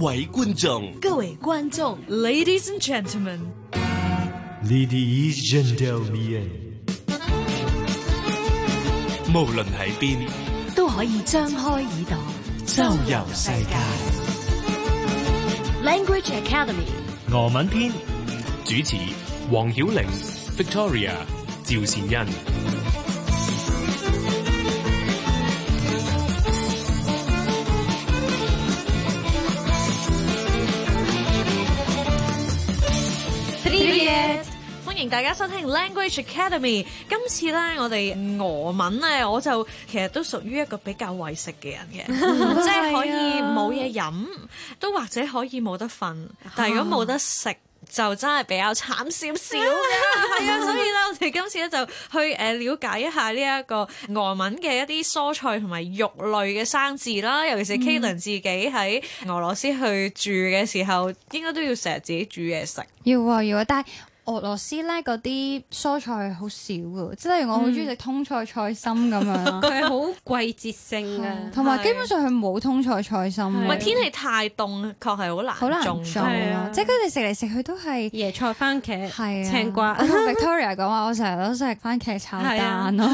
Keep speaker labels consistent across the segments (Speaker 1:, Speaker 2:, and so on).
Speaker 1: 位觀眾，
Speaker 2: 各位觀眾，Ladies and Gentlemen，
Speaker 3: Ladies gentlemen，
Speaker 1: 無論喺邊，
Speaker 2: 都可以張開耳朵。
Speaker 1: 周遊世界。
Speaker 2: Language Academy，
Speaker 3: 俄文篇
Speaker 1: 主持：黃曉玲、Victoria、趙善恩。
Speaker 2: Привет 歡迎大家收聽 Language Academy。今次咧，我哋俄文咧，我就其實都屬於一個比較為食嘅人嘅，即係可以冇嘢飲，都或者可以冇得瞓。但係如果冇得食，就真係比較慘少少嘅，係啊，所以咧，我哋今次咧就去誒了解一下呢一個俄文嘅一啲蔬菜同埋肉類嘅生字啦，尤其是 Kalen 自己喺俄羅斯去住嘅時候，應該都要成日自己煮嘢食。
Speaker 4: 要啊要啊，但係俄羅斯咧嗰啲蔬菜好少噶，即係例如我好中意食通菜菜心咁樣啦，
Speaker 5: 佢係好季節性嘅，
Speaker 4: 同埋基本上佢冇通菜菜心嘅，
Speaker 5: 係唔
Speaker 2: 唔係
Speaker 5: 係
Speaker 2: 天氣太凍，確係好難
Speaker 4: 好難
Speaker 2: 種
Speaker 4: 做
Speaker 5: 係啊
Speaker 4: 咯，即係佢哋食嚟食去都係
Speaker 5: 椰菜、番茄、
Speaker 4: 係啊
Speaker 5: 青瓜
Speaker 4: 我 同 Victoria 講話，我成日都食番茄炒
Speaker 2: 係啊
Speaker 4: 蛋咯，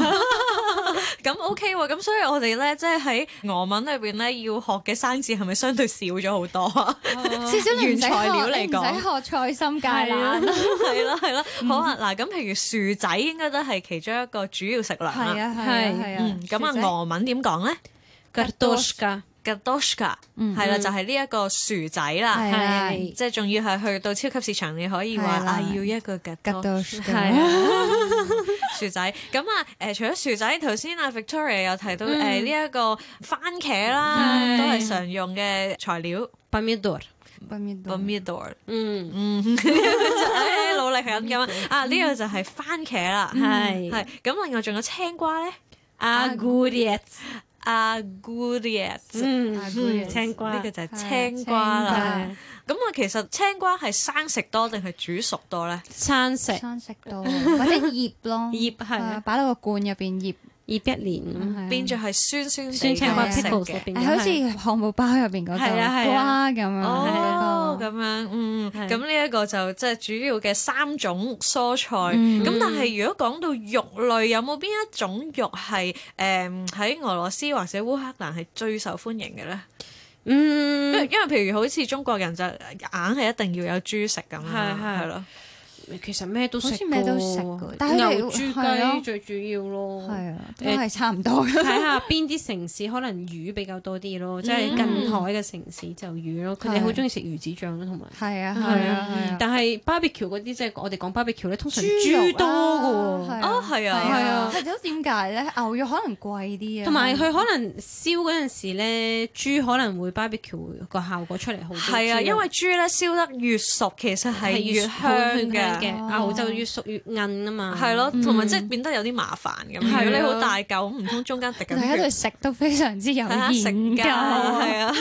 Speaker 2: 咁 OK 喎，咁所以我哋咧即係喺俄文裏邊咧要學嘅生字係咪相對少咗好多 啊？
Speaker 4: 至少你唔
Speaker 2: 原
Speaker 4: 使
Speaker 2: 材料
Speaker 4: 學
Speaker 2: 嚟
Speaker 4: 你唔
Speaker 2: 講
Speaker 4: 使學菜心芥蘭。
Speaker 2: 係啦係啦，好啊嗱，咁譬如薯仔應該都係其中一個主要食糧
Speaker 4: 係
Speaker 2: 啦。
Speaker 4: 啊係啊係啊
Speaker 2: 嗯，，咁啊
Speaker 4: 薯仔
Speaker 2: 俄文點講咧
Speaker 5: g a r d o s h a
Speaker 2: g a d o s h k a 係啦，就係呢一個薯仔啦，
Speaker 4: 嗯
Speaker 2: 嗯
Speaker 4: 係啊
Speaker 5: 係
Speaker 2: 即係哦仲要係去到超級市場，你可以話
Speaker 4: 係啦
Speaker 2: 啊要一個 g a d
Speaker 4: 吉
Speaker 2: o
Speaker 4: 到薯
Speaker 5: 係
Speaker 4: 仔
Speaker 5: 啊，
Speaker 2: 薯仔咁啊，誒除咗薯仔，頭先啊 Victoria 有提
Speaker 5: 嗯
Speaker 2: 到誒呢一個番茄啦，
Speaker 5: 係
Speaker 2: 都係常用嘅材料
Speaker 5: p o m i d o r
Speaker 4: 不面
Speaker 2: p o m i d o r
Speaker 5: 嗯，
Speaker 2: 哎努力緊咁樣啊，呢個就係番茄啦，
Speaker 5: 嗯係
Speaker 2: 係咁，另外仲有青瓜咧
Speaker 5: a g u r i e t
Speaker 2: a g u r i e t
Speaker 5: 嗯
Speaker 4: aguriet
Speaker 5: 青瓜嗯
Speaker 2: 呢個就係青瓜啦。
Speaker 5: 係
Speaker 2: 咁啊，其實青瓜係生食多定係煮熟多咧？
Speaker 5: 生食
Speaker 4: 生食到，或者葉咯，
Speaker 5: 葉係嗯啊
Speaker 4: 啊擺到個罐入邊葉，
Speaker 5: 醃一年，
Speaker 4: 係啊
Speaker 2: 變咗係酸酸地
Speaker 5: 酸青瓜
Speaker 2: 咁食
Speaker 5: pickles
Speaker 2: 嘅
Speaker 5: 入邊
Speaker 4: 誒
Speaker 5: 啊
Speaker 4: 啊好似漢堡包入邊嗰嚿
Speaker 5: 係啊係
Speaker 4: 瓜
Speaker 5: 啊
Speaker 4: 咁樣
Speaker 2: 哦
Speaker 4: 嗰，個
Speaker 2: 咁樣，嗯，
Speaker 5: 係
Speaker 2: 咁呢一個就即係主要嘅三種蔬菜。咁但係如果講到肉類，有冇邊一種肉係誒喺俄羅斯或者烏克蘭係最受歡迎嘅咧？因
Speaker 5: 嗯
Speaker 2: 為，因為譬如好似中國人就硬係一定要有豬食咁樣啦，
Speaker 5: 係係
Speaker 2: 係咯。
Speaker 5: 其實咩都食㗎，
Speaker 4: 好似咩都食㗎但係佢哋
Speaker 5: 牛、
Speaker 4: 係
Speaker 5: 豬、
Speaker 4: 啊
Speaker 5: 雞最主要咯，
Speaker 4: 係啊，都
Speaker 5: 誒
Speaker 4: 係差唔多嘅。
Speaker 5: 睇下邊啲城市可能魚比較多啲咯，即係
Speaker 4: 嗯
Speaker 5: 近海嘅城市就魚咯，佢哋好中意食魚子醬咯，同埋。
Speaker 4: 係啊，
Speaker 2: 嗯
Speaker 5: 係
Speaker 4: 係啊，係啊。
Speaker 5: 但係 barbecue 嗰啲即係我哋講 barbecue 咧，通常
Speaker 4: 肉
Speaker 5: 豬多
Speaker 4: 啊
Speaker 5: 㗎喎，
Speaker 4: 係
Speaker 2: 哦係啊
Speaker 4: 係
Speaker 5: 係啊
Speaker 4: 啊，係都點解咧？牛肉可能貴啲啊，
Speaker 5: 同埋佢可能燒嗰陣時咧，豬可能會 barbecue 個效果出嚟好啲。
Speaker 2: 係啊，因為豬咧燒得越熟，其實係越香嘅。哦
Speaker 5: 嘅，牛就越熟越韌啊嘛。
Speaker 2: 係咯，同埋即係變得有啲麻煩咁。如
Speaker 5: 係啊
Speaker 2: 果你好大嚿，唔通中間滴緊
Speaker 4: 大家
Speaker 2: 血
Speaker 4: 對食都非常之有
Speaker 2: 係啊食
Speaker 4: 研
Speaker 2: 㗎，
Speaker 4: 究。
Speaker 2: 係 啊。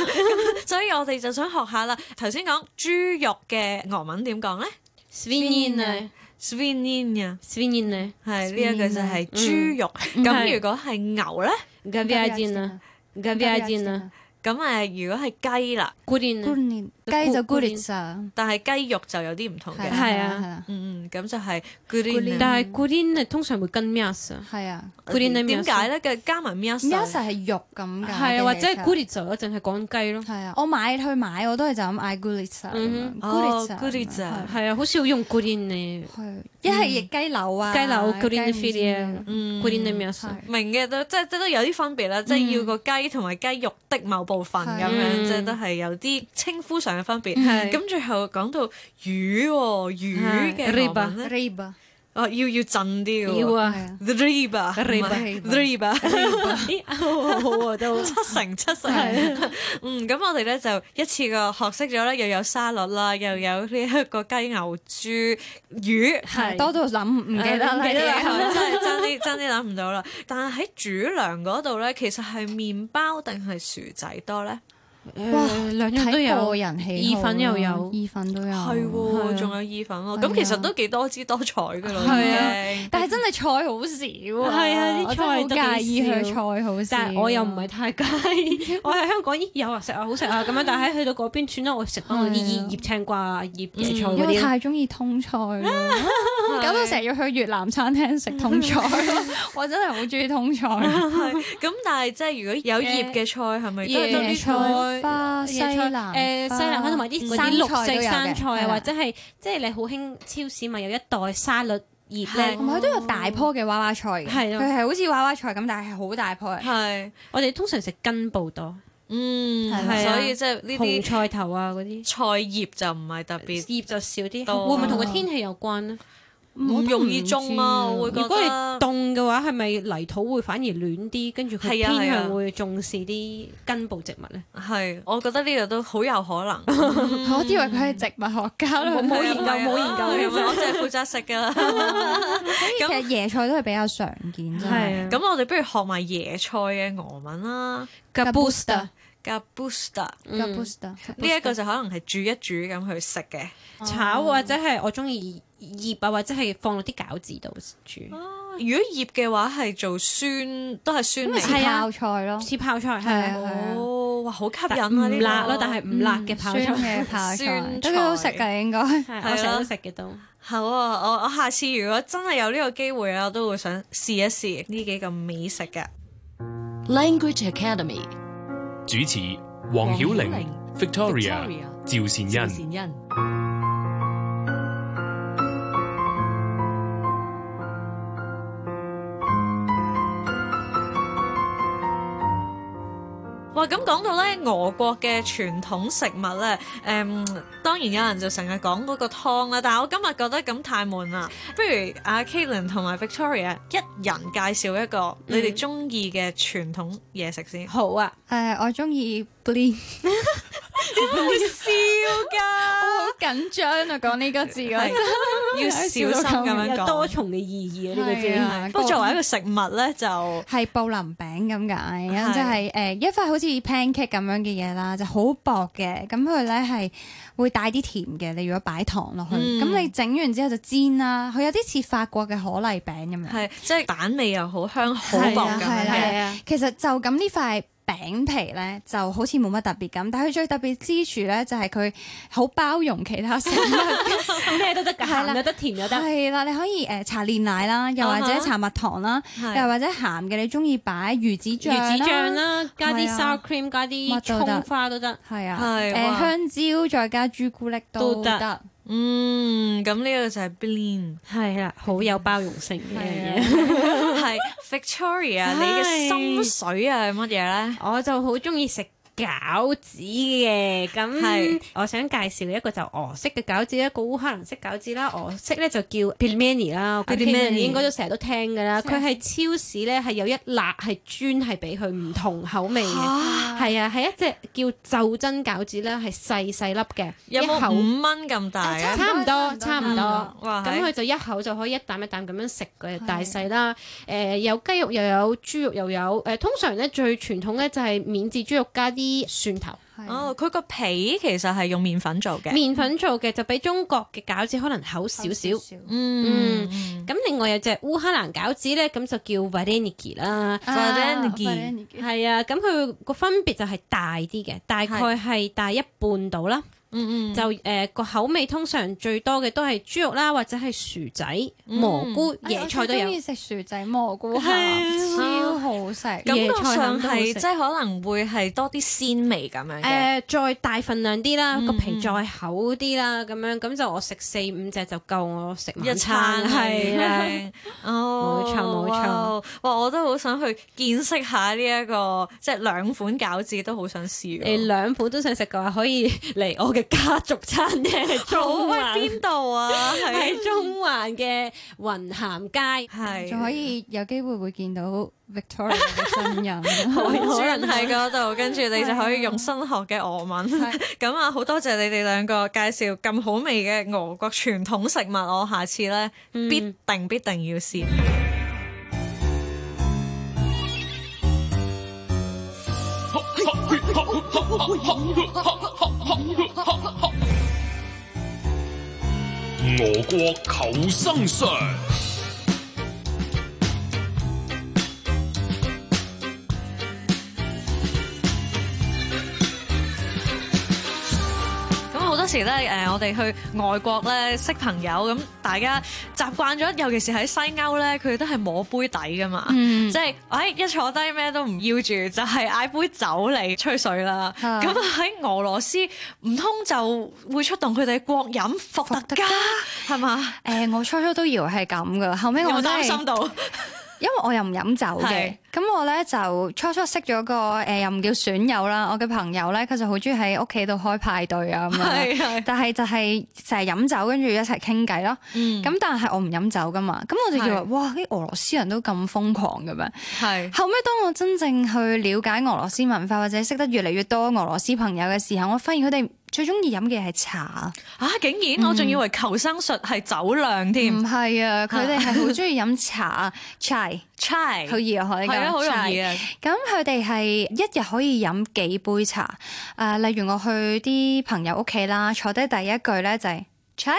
Speaker 2: 所以我哋就想學下啦。頭先講豬肉嘅俄文點講咧
Speaker 5: s v i n i n 咧
Speaker 2: s v i n i n 啊，
Speaker 5: s v i n i n 咧
Speaker 2: 係呢一個就係豬肉。咁
Speaker 5: 係
Speaker 2: 如果嗯係牛咧，
Speaker 5: g a v i a d i n 啊 g a v i a d i n 啊
Speaker 2: 咁誒如果係雞啦，
Speaker 5: g u r i n
Speaker 4: 觀念雞就觀念咋，
Speaker 2: 但係雞肉就有啲唔同嘅
Speaker 4: 係。
Speaker 5: 係啊
Speaker 4: 係啊，
Speaker 2: 嗯，嗯，咁就係 green 啊。
Speaker 5: 但係 g u r i n 係通常會跟 mias 啊
Speaker 4: 係啊。
Speaker 5: g u r i n 係
Speaker 2: 點解？咧？嘅加埋 mias
Speaker 4: 而家就係肉咁㗎，
Speaker 5: 係啊，或者 g u r i 就我淨係講雞咯。
Speaker 4: 係啊，我買去買我都係就咁嗌 Gulitsa 咁樣
Speaker 5: 嗯
Speaker 2: 哦
Speaker 4: Gulitsa 咁樣
Speaker 2: Gulitsa
Speaker 5: 係啊，好少用 g u r i n 咧，
Speaker 4: 係一係翼雞柳啊，
Speaker 5: 嗯雞柳 g u r i n
Speaker 4: 雞
Speaker 5: f i l
Speaker 4: 面
Speaker 5: i 啊 g u r i n mias
Speaker 4: 係
Speaker 2: 明嘅都即係即係都有啲分別啦，即係要個雞同埋雞肉的某部分咁樣，
Speaker 5: 嗯
Speaker 2: 即係都係有啲稱呼上嘅分別。
Speaker 5: 係
Speaker 2: 咁最後講到魚喎，魚嘅
Speaker 5: 係
Speaker 2: 俄文咧，
Speaker 4: Riba
Speaker 2: 哦要要震啲嘅
Speaker 5: 要
Speaker 2: 喎。
Speaker 5: 啊
Speaker 4: 啊係。啊
Speaker 2: Riba
Speaker 4: Riba
Speaker 2: Riba
Speaker 5: 咦好啊都
Speaker 2: 七成七成， 嗯，咁我哋咧就一次過學識咗咧，又有沙律啦，又有呢一個雞牛豬魚，
Speaker 4: 係多到諗唔記得
Speaker 2: 唔
Speaker 5: 啊
Speaker 4: 啦啊
Speaker 2: 記得啦，
Speaker 4: 已
Speaker 2: 真
Speaker 4: 經
Speaker 2: 係真啲真啲諗唔到啦。但係喺主糧嗰度咧，其實係麵包定係薯仔多咧？
Speaker 4: 哇啊
Speaker 5: 誒啊兩樣都
Speaker 4: 睇
Speaker 5: 有
Speaker 4: 個，人喜
Speaker 5: 意
Speaker 4: 好
Speaker 5: 粉又
Speaker 4: 咯
Speaker 5: 有
Speaker 4: 意粉都有，
Speaker 2: 係
Speaker 5: 係啊
Speaker 2: 喎，仲有意粉喎，
Speaker 4: 係啊
Speaker 2: 咁其實都幾多姿多彩噶啦，
Speaker 5: 係
Speaker 2: 啊
Speaker 5: 啊，
Speaker 4: 但係真係菜好少啊，
Speaker 5: 係啊啲
Speaker 4: 我真
Speaker 5: 菜
Speaker 4: 係
Speaker 5: 都
Speaker 4: 好介
Speaker 5: 幾
Speaker 4: 意佢
Speaker 5: 少
Speaker 4: 菜好少，
Speaker 5: 但係我又唔係太介意。我喺香港咦有啊食啊好食啊咁樣，但係去到嗰邊算啦，我食翻我啲
Speaker 4: 係啊
Speaker 5: 醃醃青瓜啊、醃椰菜
Speaker 4: 因
Speaker 5: 嗰
Speaker 4: 為
Speaker 5: 啲。
Speaker 4: 太中意通菜 啦，搞到成日要去越南餐廳食通 菜，我真係好中意通菜。
Speaker 2: 係咁但係即係如果有葉嘅菜係咪都係
Speaker 5: 誒
Speaker 2: 都
Speaker 4: 椰
Speaker 2: 啲
Speaker 4: 菜花、西
Speaker 5: 椰
Speaker 4: 蘭花、
Speaker 5: 誒西蘭花同埋啲嗰
Speaker 4: 生
Speaker 5: 啲綠
Speaker 4: 菜都
Speaker 5: 色
Speaker 4: 有嘅
Speaker 5: 生菜
Speaker 4: 係
Speaker 5: 啊，
Speaker 4: 啦
Speaker 5: 或者係即係你好興超市咪有一袋沙律葉
Speaker 2: 係
Speaker 5: 咧
Speaker 4: 同，埋佢都有大棵嘅娃娃菜嘅，
Speaker 5: 哦係
Speaker 4: 佢
Speaker 5: 啊
Speaker 4: 係好似娃娃菜咁，但係好大棵嘅。
Speaker 2: 係
Speaker 5: 我哋通常食根部多，
Speaker 2: 嗯
Speaker 4: 係
Speaker 5: 啊，
Speaker 2: 所以即係呢
Speaker 5: 紅
Speaker 2: 啲
Speaker 5: 菜頭啊嗰啲。
Speaker 2: 菜葉就唔係特別。
Speaker 5: 葉就少啲，
Speaker 2: 多
Speaker 5: 會唔會同個天氣有關呢？
Speaker 2: 唔容易種啊我會覺得
Speaker 5: 如果你凍嘅話，係咪泥土會反而暖啲，跟住佢
Speaker 2: 係啊
Speaker 5: 偏
Speaker 2: 係啊
Speaker 5: 向會重視啲根部植物咧？
Speaker 2: 係，我覺得呢個都好有可能。
Speaker 4: 我以為佢係植物學家啦，
Speaker 5: 冇 研究冇研究
Speaker 2: 咁我就係負責食㗎 啦。
Speaker 4: 其實椰菜都係比較常見，真係。啊
Speaker 5: 係
Speaker 2: 咁我哋不如學埋椰菜嘅俄文啦
Speaker 5: 嘅 booster，
Speaker 2: g a b u s t a
Speaker 5: 嗯
Speaker 4: 嘅 booster
Speaker 2: 呢一個就可能係煮一煮咁去食嘅。
Speaker 5: 嗯
Speaker 4: 哦
Speaker 5: 炒或者係我中意醃啊，或者係放落啲餃子度
Speaker 2: 哦
Speaker 5: 煮，
Speaker 2: 如果葉嘅話係做酸，都係酸
Speaker 4: 咁咪
Speaker 2: 味
Speaker 4: 似
Speaker 5: 係啊
Speaker 4: 泡菜咯，
Speaker 5: 似泡菜
Speaker 4: 係啊
Speaker 5: 係啊，
Speaker 2: 哦，哇，好吸引啊！
Speaker 5: 但
Speaker 2: 呢
Speaker 5: 唔
Speaker 2: 個
Speaker 5: 辣咯，但係唔辣嘅泡
Speaker 4: 嗯酸
Speaker 5: 菜，
Speaker 4: 嘅泡菜
Speaker 2: 酸菜
Speaker 4: 都幾好食㗎，應該。
Speaker 2: 啊
Speaker 5: 係我成日都食嘅都。
Speaker 2: 好啊！我我下次如果真係有呢個機會啊，我都會想試一試呢幾個美食嘅。
Speaker 6: Language Academy
Speaker 1: 主持黃曉玲、Victoria
Speaker 6: Victoria、
Speaker 1: 趙善
Speaker 6: 趙
Speaker 1: 恩。
Speaker 6: 善恩。
Speaker 2: 哇！咁講到咧俄國嘅傳統食物咧，誒、當然有人就成日講嗰個湯啦，但係我今日覺得咁太悶啦，不如阿 Caitlin 同埋 Victoria 一人介紹一
Speaker 4: 嗯
Speaker 2: 個你哋中意嘅傳統嘢食 先。
Speaker 5: 好啊，
Speaker 4: 誒，我中意 bling，
Speaker 2: 笑㗎，
Speaker 4: 我好緊張啊！講呢個字嗰陣
Speaker 2: 要小心咁樣
Speaker 5: 有多
Speaker 2: 講。
Speaker 5: 重嘅意義啊呢個
Speaker 4: 係
Speaker 5: 字。
Speaker 4: 啊
Speaker 2: 不過作為一個食物咧，就
Speaker 4: 係布林餅咁解，
Speaker 2: 係
Speaker 4: 即係誒一塊好似 pancake 咁樣嘅嘢啦，就好薄嘅。咁佢咧係會帶啲甜嘅，你如果擺糖落去，
Speaker 2: 嗯
Speaker 4: 咁、你整完之後就煎啦。佢有啲似法國嘅可麗餅咁樣。
Speaker 2: 係即係蛋味又好香，好薄咁樣
Speaker 4: 嗯係啊
Speaker 2: 嘅。
Speaker 4: 係
Speaker 5: 啊，
Speaker 4: 其實就咁呢塊餅皮咧就好似冇乜特別咁，但係佢最特別之處咧就係佢好包容其他食 物。
Speaker 5: 咩都得㗎，
Speaker 4: 啊係啦
Speaker 5: 鹹又得，甜又得。
Speaker 4: 係啊啦，你可以誒、呃搽煉奶啦，又或者
Speaker 2: 啊哈
Speaker 4: 搽蜜糖啦，
Speaker 2: 係
Speaker 4: 又或者鹹嘅你中意擺魚子醬
Speaker 5: 魚子醬啦，加啲
Speaker 4: 係啊
Speaker 5: sour cream，加
Speaker 4: 乜
Speaker 5: 啲
Speaker 4: 都得
Speaker 5: 葱花都得。
Speaker 4: 係啊，
Speaker 2: 係
Speaker 4: 誒、
Speaker 2: 哇
Speaker 4: 香蕉再加朱古力都
Speaker 5: 都
Speaker 4: 得，
Speaker 5: 得
Speaker 4: 係
Speaker 2: 嗯，咁呢個就係 blend，
Speaker 5: 係啦，好有包容性嘅
Speaker 4: 啊
Speaker 5: 嘢。
Speaker 2: 係 Victoria，你嘅心水啊係乜嘢咧？
Speaker 5: 我就好中意食餃子
Speaker 2: 係
Speaker 5: 嘅，咁我想介紹一個就俄式嘅餃子，一個烏克蘭式餃子啦。俄式咧就叫 pilmeni 啦
Speaker 2: Pilmeni
Speaker 5: 應該都成日都聽㗎啦。佢係超市咧係有一辣係專係俾佢唔同口味嘅，係啊，係一隻叫袖珍餃子啦，係細細粒嘅，
Speaker 2: 有
Speaker 5: 一
Speaker 2: 冇
Speaker 5: 口
Speaker 2: 五蚊咁大啊？
Speaker 5: 差唔多，差唔多。
Speaker 2: 哇
Speaker 5: 咁
Speaker 2: 係
Speaker 5: 佢就一口就可以一啖一啖咁樣食嘅大細啦。誒有雞肉又有豬肉又有誒，通常咧最傳統咧就係免治豬肉加啲蒜頭，
Speaker 4: 啊
Speaker 2: 哦，佢個皮其實係用麵粉做嘅。
Speaker 5: 麵粉做嘅就比中國嘅餃子可能厚少少。
Speaker 2: 嗯嗯
Speaker 5: 咁另外有隻烏克蘭餃子咧，咁就叫 vareniki 啦。
Speaker 4: 啊
Speaker 2: Vareniki
Speaker 5: 係啊，咁佢個分別就係大啲嘅，大概
Speaker 2: 係
Speaker 5: 係大一半到啦。
Speaker 2: 嗯
Speaker 5: 就誒個、口味通常最多嘅都係豬肉啦，或者係薯仔、蘑菇、
Speaker 4: 哎
Speaker 5: 椰菜都
Speaker 4: 中意
Speaker 5: 有。
Speaker 4: 食薯仔蘑菇餡，
Speaker 5: 係啊
Speaker 4: 超好食。
Speaker 2: 感覺
Speaker 5: 椰菜
Speaker 2: 上
Speaker 5: 咁都好
Speaker 2: 係
Speaker 5: 食
Speaker 2: 即係可能會係多啲鮮味咁樣
Speaker 5: 誒、
Speaker 2: 嘅。
Speaker 5: 再大份量啲啦，
Speaker 2: 嗯
Speaker 5: 個、皮再厚啲啦，咁樣咁就我食四五隻就夠我食晚
Speaker 2: 一餐
Speaker 5: 係啦。
Speaker 2: 係哦，
Speaker 5: 冇錯冇錯
Speaker 2: 哇，哇！我都好想去見識下呢、一個，即係兩款餃子都好想試
Speaker 5: 你
Speaker 2: 喎。
Speaker 5: 兩款都想食嘅話，可以嚟我嘅家族餐廳 係
Speaker 2: 好
Speaker 5: 中
Speaker 2: 喂，
Speaker 5: 環，
Speaker 2: 邊度啊？係
Speaker 5: 喺中環嘅雲咸街，
Speaker 2: 係，
Speaker 4: 仲可以有機會會見到 Victoria 嘅真人，
Speaker 2: 可能喺嗰度，跟住你就可以用新學嘅俄文。咁啊，好多謝你哋兩個介紹咁好味嘅俄國傳統食物，我下次咧
Speaker 4: 嗯
Speaker 2: 必定必定要試。
Speaker 1: 俄國求生術。
Speaker 2: 咁好多時咧，誒、我哋去外國咧識朋友，咁大家習慣咗，尤其是喺西歐咧，佢哋都係摸杯底噶嘛，
Speaker 4: 嗯
Speaker 2: 即係誒、哎一坐低咩都唔要住，就係、嗌杯酒嚟吹水 啦。
Speaker 4: 啊
Speaker 2: 咁喺俄羅斯唔通就會出動佢哋國飲伏特
Speaker 4: 伏特
Speaker 2: 加
Speaker 4: 加
Speaker 2: 係嘛？
Speaker 4: 誒，我初初都以為係咁噶，後尾
Speaker 2: 有
Speaker 4: 我
Speaker 2: 冇
Speaker 4: 真
Speaker 2: 擔心
Speaker 4: 係，
Speaker 2: 到？
Speaker 4: 因為我又唔飲酒
Speaker 2: 係
Speaker 4: 嘅，咁我咧就初初識咗個誒又唔叫損友啦，我嘅朋友咧佢就好中意喺屋企度開派對啊咁
Speaker 2: 係
Speaker 4: 樣，
Speaker 2: 係，
Speaker 4: 但係就係成日飲酒跟住一齊傾偈咯。
Speaker 2: 嗯
Speaker 4: 咁但係我唔飲酒噶嘛，咁我就以為
Speaker 2: 係
Speaker 4: 哇啲俄羅斯人都咁瘋狂咁樣。
Speaker 2: 係
Speaker 4: 後尾當我真正去了解俄羅斯文化或者識得越嚟越多俄羅斯朋友嘅時候，我發現佢哋最中意飲嘅係茶，
Speaker 2: 啊！竟然我仲以為求生術係酒量
Speaker 4: 唔
Speaker 2: 添
Speaker 4: 係啊，佢哋係好中意飲茶啊 chai，
Speaker 2: ，chai
Speaker 4: 好易啊，可以
Speaker 2: 係啊，好容易啊，
Speaker 4: 啊。咁佢哋係一日可以飲幾杯茶，誒、例如我去啲朋友屋企啦，坐低第一句咧就係、chai。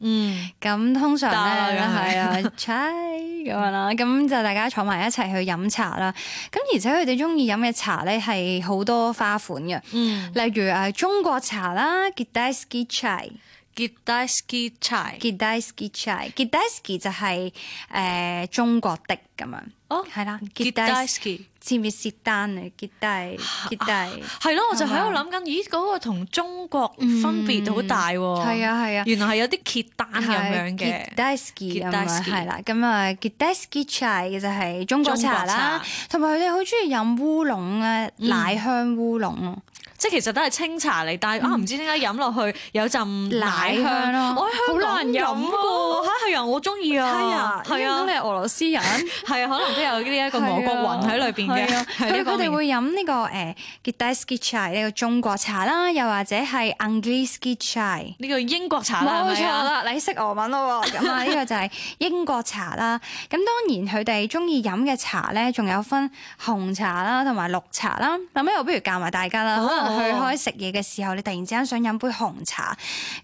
Speaker 2: 嗯，
Speaker 4: 咁通常
Speaker 2: 得
Speaker 4: 咧
Speaker 2: 咁樣
Speaker 4: 係啊 chai 咁樣啦，咁就大家坐埋一齊去飲茶啦。咁而且佢哋中意飲嘅茶咧係好多花款嘅，
Speaker 2: 嗯
Speaker 4: 例如誒中國茶啦 g i d a s k i chai。
Speaker 2: g i d a s k i chai。
Speaker 4: g i d a s k i chai g i d a s k i 就係、呃中國的咁樣，
Speaker 2: 哦
Speaker 4: 係啦
Speaker 2: g i d a s k i
Speaker 4: 前面是丹啊 g i d a g i d a
Speaker 2: 係咯，我就喺度諗緊，咦，嗰個同中國分別好大喎。
Speaker 4: 係啊係啊。
Speaker 2: 原來係有啲揭單咁樣嘅
Speaker 4: g。d a s k i 咁啊，
Speaker 2: Gdański
Speaker 4: 係啦，咁啊 g i d a s k i chai 就係中國茶
Speaker 2: 中國茶嗯
Speaker 4: 啦，同埋佢哋好中意飲烏龍咧，奶香烏龍咯，
Speaker 2: 即係其實都係清茶嚟，但係啊唔知點解飲落去有陣奶香
Speaker 4: 奶香咯
Speaker 2: 我喺香
Speaker 4: 好
Speaker 2: 港
Speaker 4: 難
Speaker 2: 飲
Speaker 4: 飲
Speaker 2: 喎，嚇係啊，我中意啊，係
Speaker 4: 因為唔
Speaker 2: 啊
Speaker 4: 通你，係俄羅斯人。
Speaker 2: 係啊，可能都有呢一個俄國魂喺裏邊嘅
Speaker 4: 係啊，
Speaker 2: 係呢
Speaker 4: 佢
Speaker 2: 方
Speaker 4: 佢
Speaker 2: 面
Speaker 4: 哋會飲呢個誒 g i d a s k i chai 呢個中國茶啦，又或者係 Angliski chai。
Speaker 2: 呢個英國茶啦，
Speaker 4: 冇
Speaker 2: 係
Speaker 4: 錯
Speaker 2: 咪啊？
Speaker 4: 啦，你識俄文咯喎， 咁啊呢個就係英國茶啦。咁當然佢哋中意飲嘅茶咧，仲有分紅茶啦，同埋綠茶啦。咁尾我不如教埋大家啦，
Speaker 2: 好啊
Speaker 4: 可能去
Speaker 2: 好啊
Speaker 4: 開食嘢嘅時候，你突然之間想飲杯紅茶，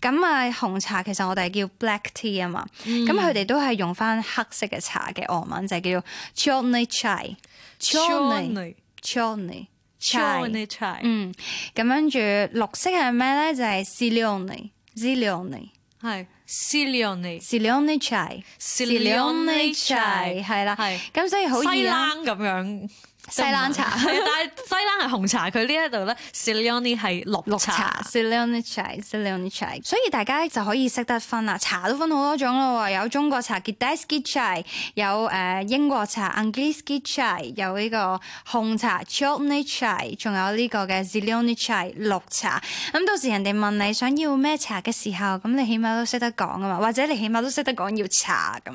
Speaker 4: 咁啊紅茶其實我哋叫 black tea 啊嘛，
Speaker 2: 嗯
Speaker 4: 咁佢哋都係用翻黑色嘅茶嘅俄文就係叫做 c h o n e chai。c h o n e c h o n e chai。
Speaker 2: Chorney 啊 chai，
Speaker 4: 嗯，咁跟住綠色係咩咧？就係 s i l i o n e s i l i o n e
Speaker 2: 係 Silioni
Speaker 4: s i l i o n e chai。Silione chai 係啦，
Speaker 2: 係
Speaker 4: 咁所以好易
Speaker 2: 西
Speaker 4: 啦。
Speaker 2: 冷咁樣。
Speaker 4: 西冷茶
Speaker 2: 係 但係西冷係紅茶，佢呢一度咧 s i l i o n i 係綠
Speaker 4: 綠
Speaker 2: 茶
Speaker 4: 茶。Silione chai Silione chai，所以大家就可以識得分啦。茶都分好多種咯喎，有中國茶 g i d a s k i chai，有誒、呃英國茶 Angliski chai，有呢個紅茶 c h o l n e chai，仲有呢個嘅 Silione chai 綠茶。咁到時人哋問你想要咩茶嘅時候，咁你起碼都識得講啊嘛，或者你起碼都識得講要茶咁。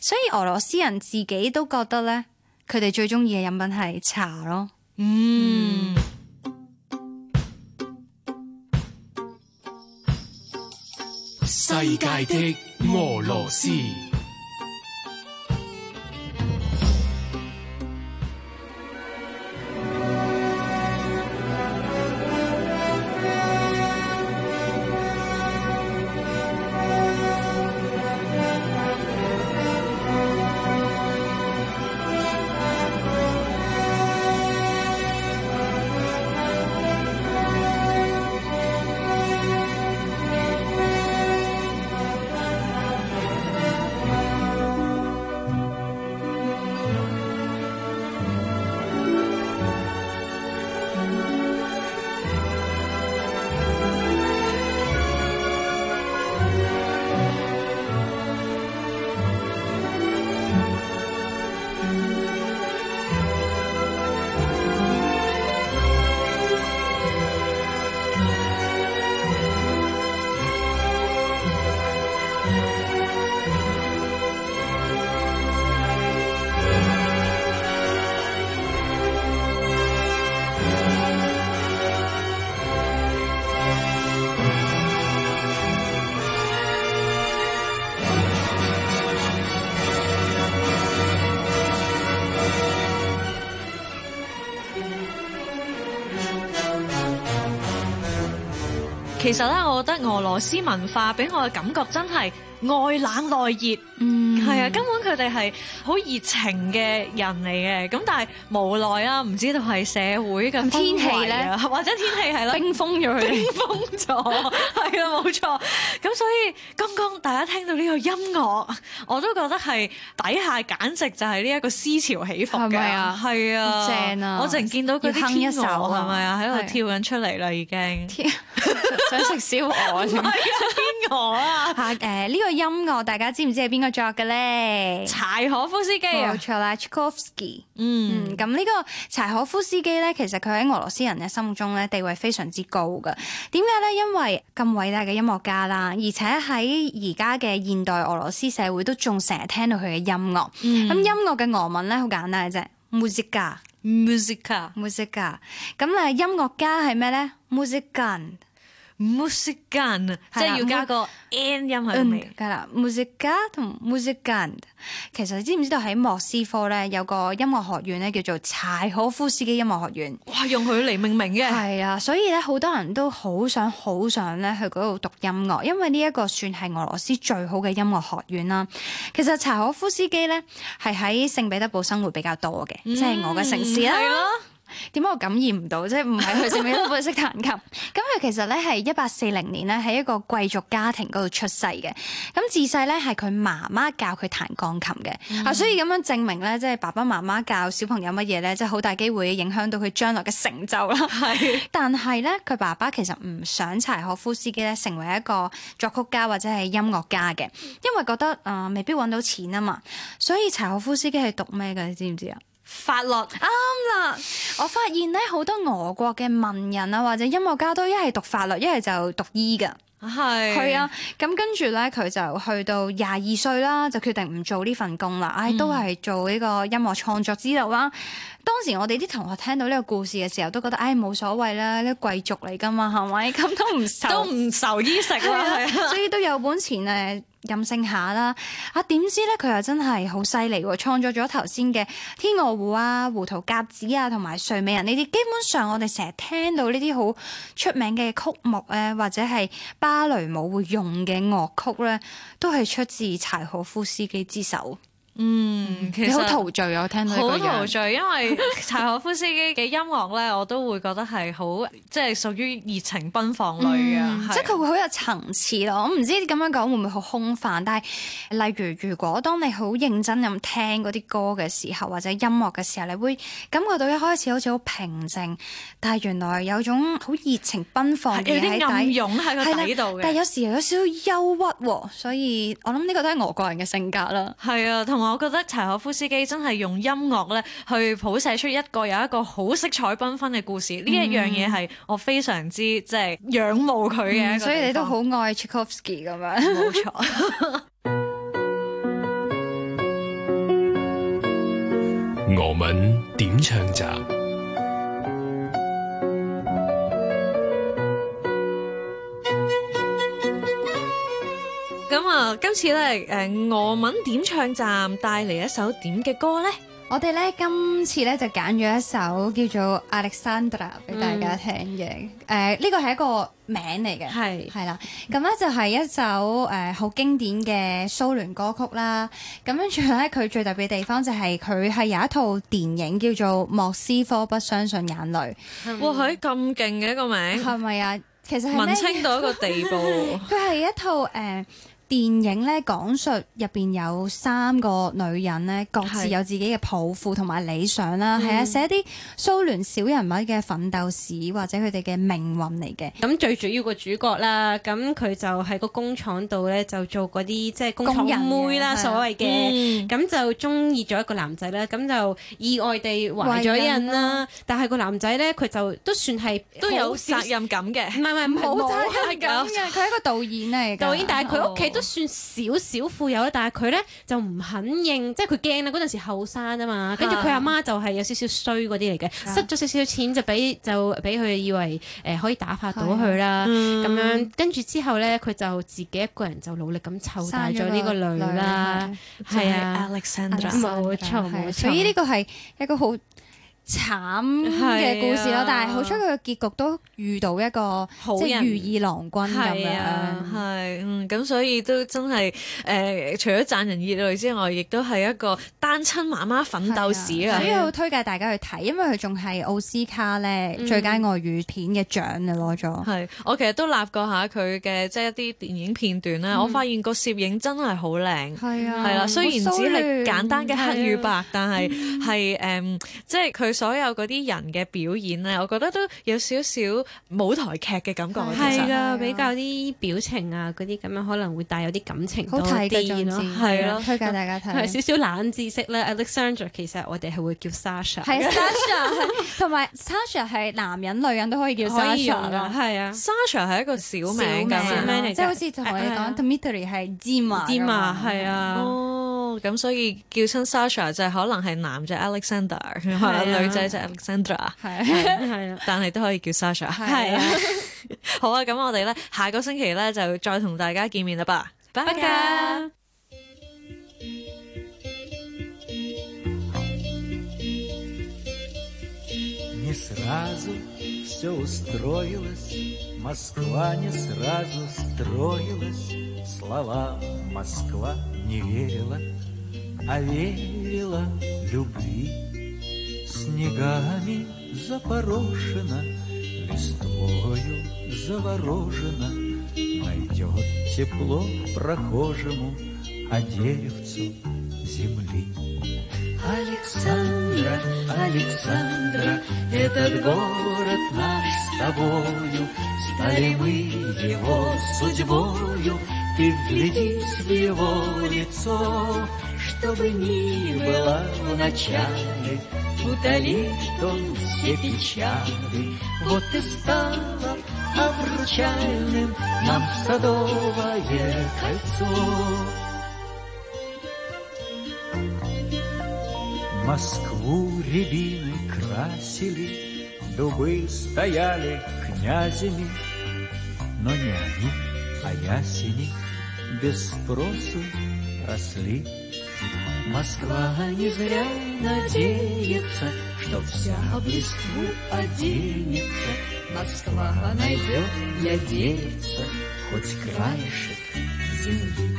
Speaker 4: 所以俄羅斯人自己都覺得咧，佢哋最中意嘅飲品係茶咯。
Speaker 2: 嗯，
Speaker 1: 世界的俄羅斯，
Speaker 2: 其實咧，我覺得俄羅斯文化俾我嘅感覺真係外冷內熱。
Speaker 4: 嗯，
Speaker 2: 係啊，根本佢哋係好熱情嘅人嚟嘅，咁但係無奈啦，唔知道係社會嘅
Speaker 4: 天氣
Speaker 2: 氣
Speaker 4: 呢
Speaker 2: 或者天氣係啦，
Speaker 4: 冰封咗佢哋。
Speaker 2: 封咗， 係啦，冇錯。咁所以剛剛大家聽到呢個音樂， 我都覺得係底下簡直就係呢一個思潮起伏
Speaker 4: 係
Speaker 2: 嘅，
Speaker 4: 咪啊
Speaker 2: 係啊，
Speaker 4: 正啊
Speaker 2: 我淨見到嗰
Speaker 4: 要
Speaker 2: 啲
Speaker 4: 哼一
Speaker 2: 天
Speaker 4: 首
Speaker 2: 鵝
Speaker 4: 啊
Speaker 2: 係咪啊，喺
Speaker 4: 係啊
Speaker 2: 度跳緊出嚟啦，已 經。
Speaker 4: 想食燒鵝
Speaker 2: 係啊，天鵝啊，
Speaker 4: 嚇誒呃呢個音樂大家知唔知係邊個作嘅咧？
Speaker 2: 柴可夫斯基啊
Speaker 4: 冇，錯啦 c h k o v s k y
Speaker 2: 嗯。
Speaker 4: 嗯，咁呢個柴可夫斯基咧，其實佢喺俄羅斯人嘅心目中咧地位非常之高嘅。點解咧？因為咁偉大嘅音樂家啦，而且喺而家嘅現代俄羅斯社會都仲成日聽到佢嘅音樂。咁、
Speaker 2: 嗯
Speaker 4: 音樂嘅俄文咧好簡單嘅啫 m u s i c a
Speaker 2: musica
Speaker 4: m u s i c a 咁啊，音樂家係咩咧 m u s i c a n
Speaker 2: musican，即係要加個 n 音喺度
Speaker 4: 嗯，
Speaker 2: 尾。
Speaker 4: 係啦 m u s i c a 同 m u s i c a n 其實你知唔知道喺莫斯科咧有個音樂學院咧叫做柴可夫斯基音樂學院？
Speaker 2: 哇，用佢嚟命名嘅，
Speaker 4: 係啊，所以咧好多人都好想好想咧去嗰度讀音樂，因為呢一個算係俄羅斯最好嘅音樂學院啦。其實柴可夫斯基咧係喺聖彼得堡生活比較多嘅，即係我嘅城市啦。
Speaker 2: 嗯係咯。
Speaker 4: 點解我感染唔到？即係唔係去聖彼得堡識彈琴？咁佢其實咧係一八四零年咧喺一個貴族家庭嗰度出世嘅。咁自細咧係佢媽媽教佢彈鋼琴嘅。啊，所以咁樣證明咧，即係爸爸媽媽教小朋友乜嘢咧，即係好大機會影響到佢將來嘅成就啦。係， 但係咧，佢爸爸其實唔想柴可夫斯基咧成為一個作曲家或者係音樂家嘅，因為覺得啊、呃未必揾到錢啊嘛。所以柴可夫斯基係讀咩嘅？你知唔知啊？
Speaker 2: 法律
Speaker 4: 啦，我發現咧好多俄國嘅文人啊，或者音樂家都一係讀法律，一係就讀醫㗎。
Speaker 2: 係
Speaker 4: 係，啊，咁跟住咧佢就去到廿二歲啦，就決定唔做呢份工啦。唉、都係做呢個音樂創作之路啦。當時我哋啲同學聽到呢個故事嘅時候，都覺得唉冇所謂啦，呢個貴族嚟㗎嘛，係咪？咁都唔受
Speaker 2: 都唔愁衣食啦，係啊。
Speaker 4: 所以都有本錢誒任性下啦。啊，點知咧佢又真係好犀利喎，創作咗頭先嘅《天鵝湖》啊、《胡桃夾子》啊同埋《睡美人》呢啲，基本上我哋成日聽到呢啲好出名嘅曲目咧，或者係芭蕾舞會用嘅樂曲咧，都係出自柴可夫斯基之手。
Speaker 2: 嗯其
Speaker 4: 你
Speaker 2: 實
Speaker 4: 好陶醉啊！我聽到呢個
Speaker 2: 好陶
Speaker 4: 樣。
Speaker 2: 醉，因為 柴可夫斯基嘅音樂咧，我都會覺得係好即係屬於熱情奔放類
Speaker 4: 嗯
Speaker 2: 嘅，
Speaker 4: 即係佢會好有層次咯。我唔知咁樣講會唔會好空泛，但係例如如果當你好認真咁聽嗰啲歌嘅時候，或者音樂嘅時候，你會感覺到一開始好似好平靜，但係原來有種好熱情奔放
Speaker 2: 係
Speaker 4: 嘅
Speaker 2: 有
Speaker 4: 嘢
Speaker 2: 啲暗
Speaker 4: 喺底。
Speaker 2: 湧喺
Speaker 4: 係
Speaker 2: 個底度
Speaker 4: 啦，但係
Speaker 2: 嘅。
Speaker 4: 有時又有少少憂鬱喎，所以我諗呢個都係俄國人嘅性格啦。
Speaker 2: 係啊，同埋我覺得柴可夫斯基真係用音樂咧去譜寫出一個有一個好色彩繽紛嘅故事，呢一樣
Speaker 4: 嗯
Speaker 2: 嘢係我非常之即係仰慕佢啊嘅一個地方。
Speaker 4: 所以你都好愛 Tchaikovsky 咁樣。
Speaker 2: 冇錯。
Speaker 1: 俄文點唱集？
Speaker 2: 咁啊，今次咧誒俄文點唱站帶嚟一首點嘅歌咧？
Speaker 4: 我哋咧今次咧就揀咗一首叫做《Alexandra》俾
Speaker 2: 嗯
Speaker 4: 大家聽嘅，誒呢、個係一個名嚟嘅，
Speaker 5: 係
Speaker 4: 係啦，咁咧就係一首誒好、經典嘅蘇聯歌曲啦。咁跟住咧，佢最特別嘅地方就係佢係有一套電影叫做《莫斯科不相信眼淚》，
Speaker 2: 哇，佢咁勁嘅一個名，
Speaker 4: 係咪啊？其實嗯係
Speaker 2: 文
Speaker 4: 咩？
Speaker 2: 青到一個地 步。
Speaker 4: 佢係一套誒、呃、電影咧，講述入邊有三個女人咧，各自
Speaker 2: 係
Speaker 4: 有自己嘅抱負同埋理想啦，係啊、寫啲蘇聯小人物嘅奮鬥史或者佢哋嘅命運嚟嘅。
Speaker 5: 咁最主要個主角啦，咁佢就喺個工廠度咧就做嗰啲即係工廠
Speaker 4: 工人嘅
Speaker 5: 妹
Speaker 4: 係
Speaker 5: 啦，
Speaker 4: 啊
Speaker 5: 所謂嘅。
Speaker 2: 嗯，
Speaker 5: 咁就中意咗一個男仔啦，咁就意外地懷咗孕啦。但係個男仔咧，佢就都算係
Speaker 2: 都有
Speaker 5: 少
Speaker 2: 責任感嘅
Speaker 5: 唔。係唔係
Speaker 4: 冇
Speaker 5: 責
Speaker 4: 真係咁嘅，佢係一個導演嚟㗎。
Speaker 5: 導演，但係佢屋企都算少少富有啦，但係佢咧就唔肯認，即係佢驚啦。嗰陣時後生啊嘛，跟住佢阿媽就係有少少衰嗰啲嚟嘅，塞咗少少錢就俾就俾佢以為誒、可以打發到佢啦，
Speaker 4: 嗯
Speaker 5: 咁樣跟住之後咧，佢就自己一個人就努力咁湊大嗯咗呢個女啦，係啊。
Speaker 4: 嗯
Speaker 2: Alexandra，
Speaker 4: 啊
Speaker 5: 冇錯冇錯
Speaker 4: 所以呢個係一個好慘嘅故事
Speaker 2: 係
Speaker 4: 咯
Speaker 2: 啊，
Speaker 4: 但係好彩佢嘅結局都遇到一個
Speaker 2: 好
Speaker 4: 即係
Speaker 2: 人
Speaker 4: 如意郎君咁
Speaker 2: 係啊，
Speaker 4: 樣。
Speaker 2: 係嗯，咁所以都真係誒、呃除咗賺人熱淚之外，亦都係一個單親媽媽奮鬥史啊啦
Speaker 5: 啊
Speaker 4: 所。以我啊推介大家去睇，因為佢仲係奧斯卡咧
Speaker 5: 嗯
Speaker 4: 最佳外語片嘅獎啊攞咗。
Speaker 2: 係，我其實都立過下佢嘅即係一啲電影片段咧，我發現個攝影真係好靚。
Speaker 4: 係啊，
Speaker 2: 係啦，雖然只
Speaker 4: 好騷
Speaker 2: 係
Speaker 4: 亂
Speaker 2: 簡單嘅黑與白，但係係誒，即係佢所有嗰啲人嘅表演咧，我覺得都有少少舞台劇嘅感覺嘅。其
Speaker 5: 係
Speaker 2: 實
Speaker 5: 噶，比較啲表情啊，嗰啲咁樣可能會帶有啲感情
Speaker 4: 啊好
Speaker 5: 多
Speaker 4: 睇嘅
Speaker 5: 啲
Speaker 4: 總之
Speaker 5: 咯，
Speaker 2: 係
Speaker 5: 咯
Speaker 2: 咯。
Speaker 4: 推介大家睇。
Speaker 5: 係少少冷知識咧，Alexandra 其實我哋係啊會叫 Sasha，
Speaker 4: 係啊 Sasha，係同埋 Sasha 係男人女人都可以叫
Speaker 5: 可以用
Speaker 4: Sasha
Speaker 5: 噶，
Speaker 4: 啦，
Speaker 5: 係啊，
Speaker 2: Sasha 係一個小名
Speaker 5: 小
Speaker 2: 咁
Speaker 5: 名
Speaker 2: 樣
Speaker 5: 小名嚟㗎
Speaker 4: 啊即係好似同我哋
Speaker 5: 係啊
Speaker 4: 講 Dmitry 係芝麻㗎
Speaker 5: 芝麻
Speaker 4: 嘛，
Speaker 5: 係啊，
Speaker 2: 哦，咁所以叫親 Sasha 就係可能係男仔 Alexander，
Speaker 5: 啊
Speaker 2: 女仔就 Alexandra，
Speaker 4: 係啊
Speaker 5: 係啊，
Speaker 2: 但係都可以叫 Sasha。
Speaker 4: 係啊。
Speaker 2: 好啊，咁我哋咧下個星期咧就再同大家見面啦吧，拜
Speaker 5: 得
Speaker 2: 拜。
Speaker 5: 㗎。
Speaker 7: Не сразу все устроилось, Москва не сразу строилась, Слова Москва не верила, А верила любви. Снегами запорошена, Листвою заворожена, Найдет тепло прохожему, А деревцу земли. Александра, Александра, этот город наш с тобою, Стали мы его судьбою, Ты вглядись в его лицо, Чтобы ни было в начале, Утолит он все печали, Вот и стало обручальным Нам садовое кольцо. Москву рябины красили, дубы стояли князями, но не они, а ясени без спросу росли. Москва не зря надеется, что вся в листву оденется. Москва найдет для деревца хоть краешек земли.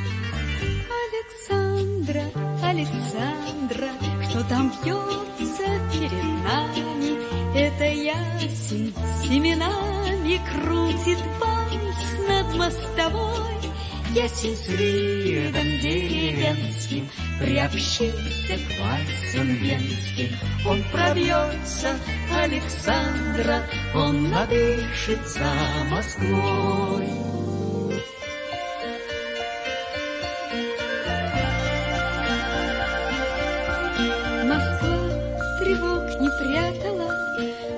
Speaker 8: Александра, Александра, что там бьется перед нами? Это ясень семенами крутит вальс над мостовой. Ясень с видом деревенским приобщился к вальсам венским. Он пробьется, Александра, он надышится Москвой. Москва тревог не прятала,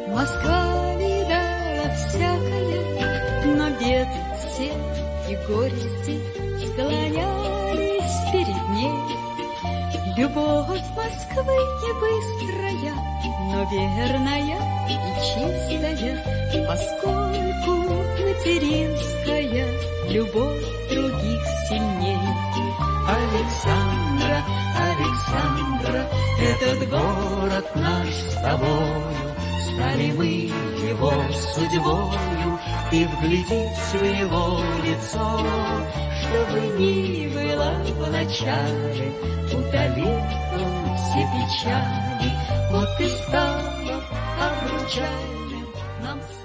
Speaker 8: Москва видала всякое, но бед все и горести склонялись перед ней. Любовь Москвы не быстрая, но верная и чистая, поскольку материнская любовь других сильней.
Speaker 7: Александра, Александра, этот город наш с тобою. Стали мы его судьбою, и вглядись в его лицо, чтобы ни было вначале, удалил он все печали, вот и стало обручальным нам с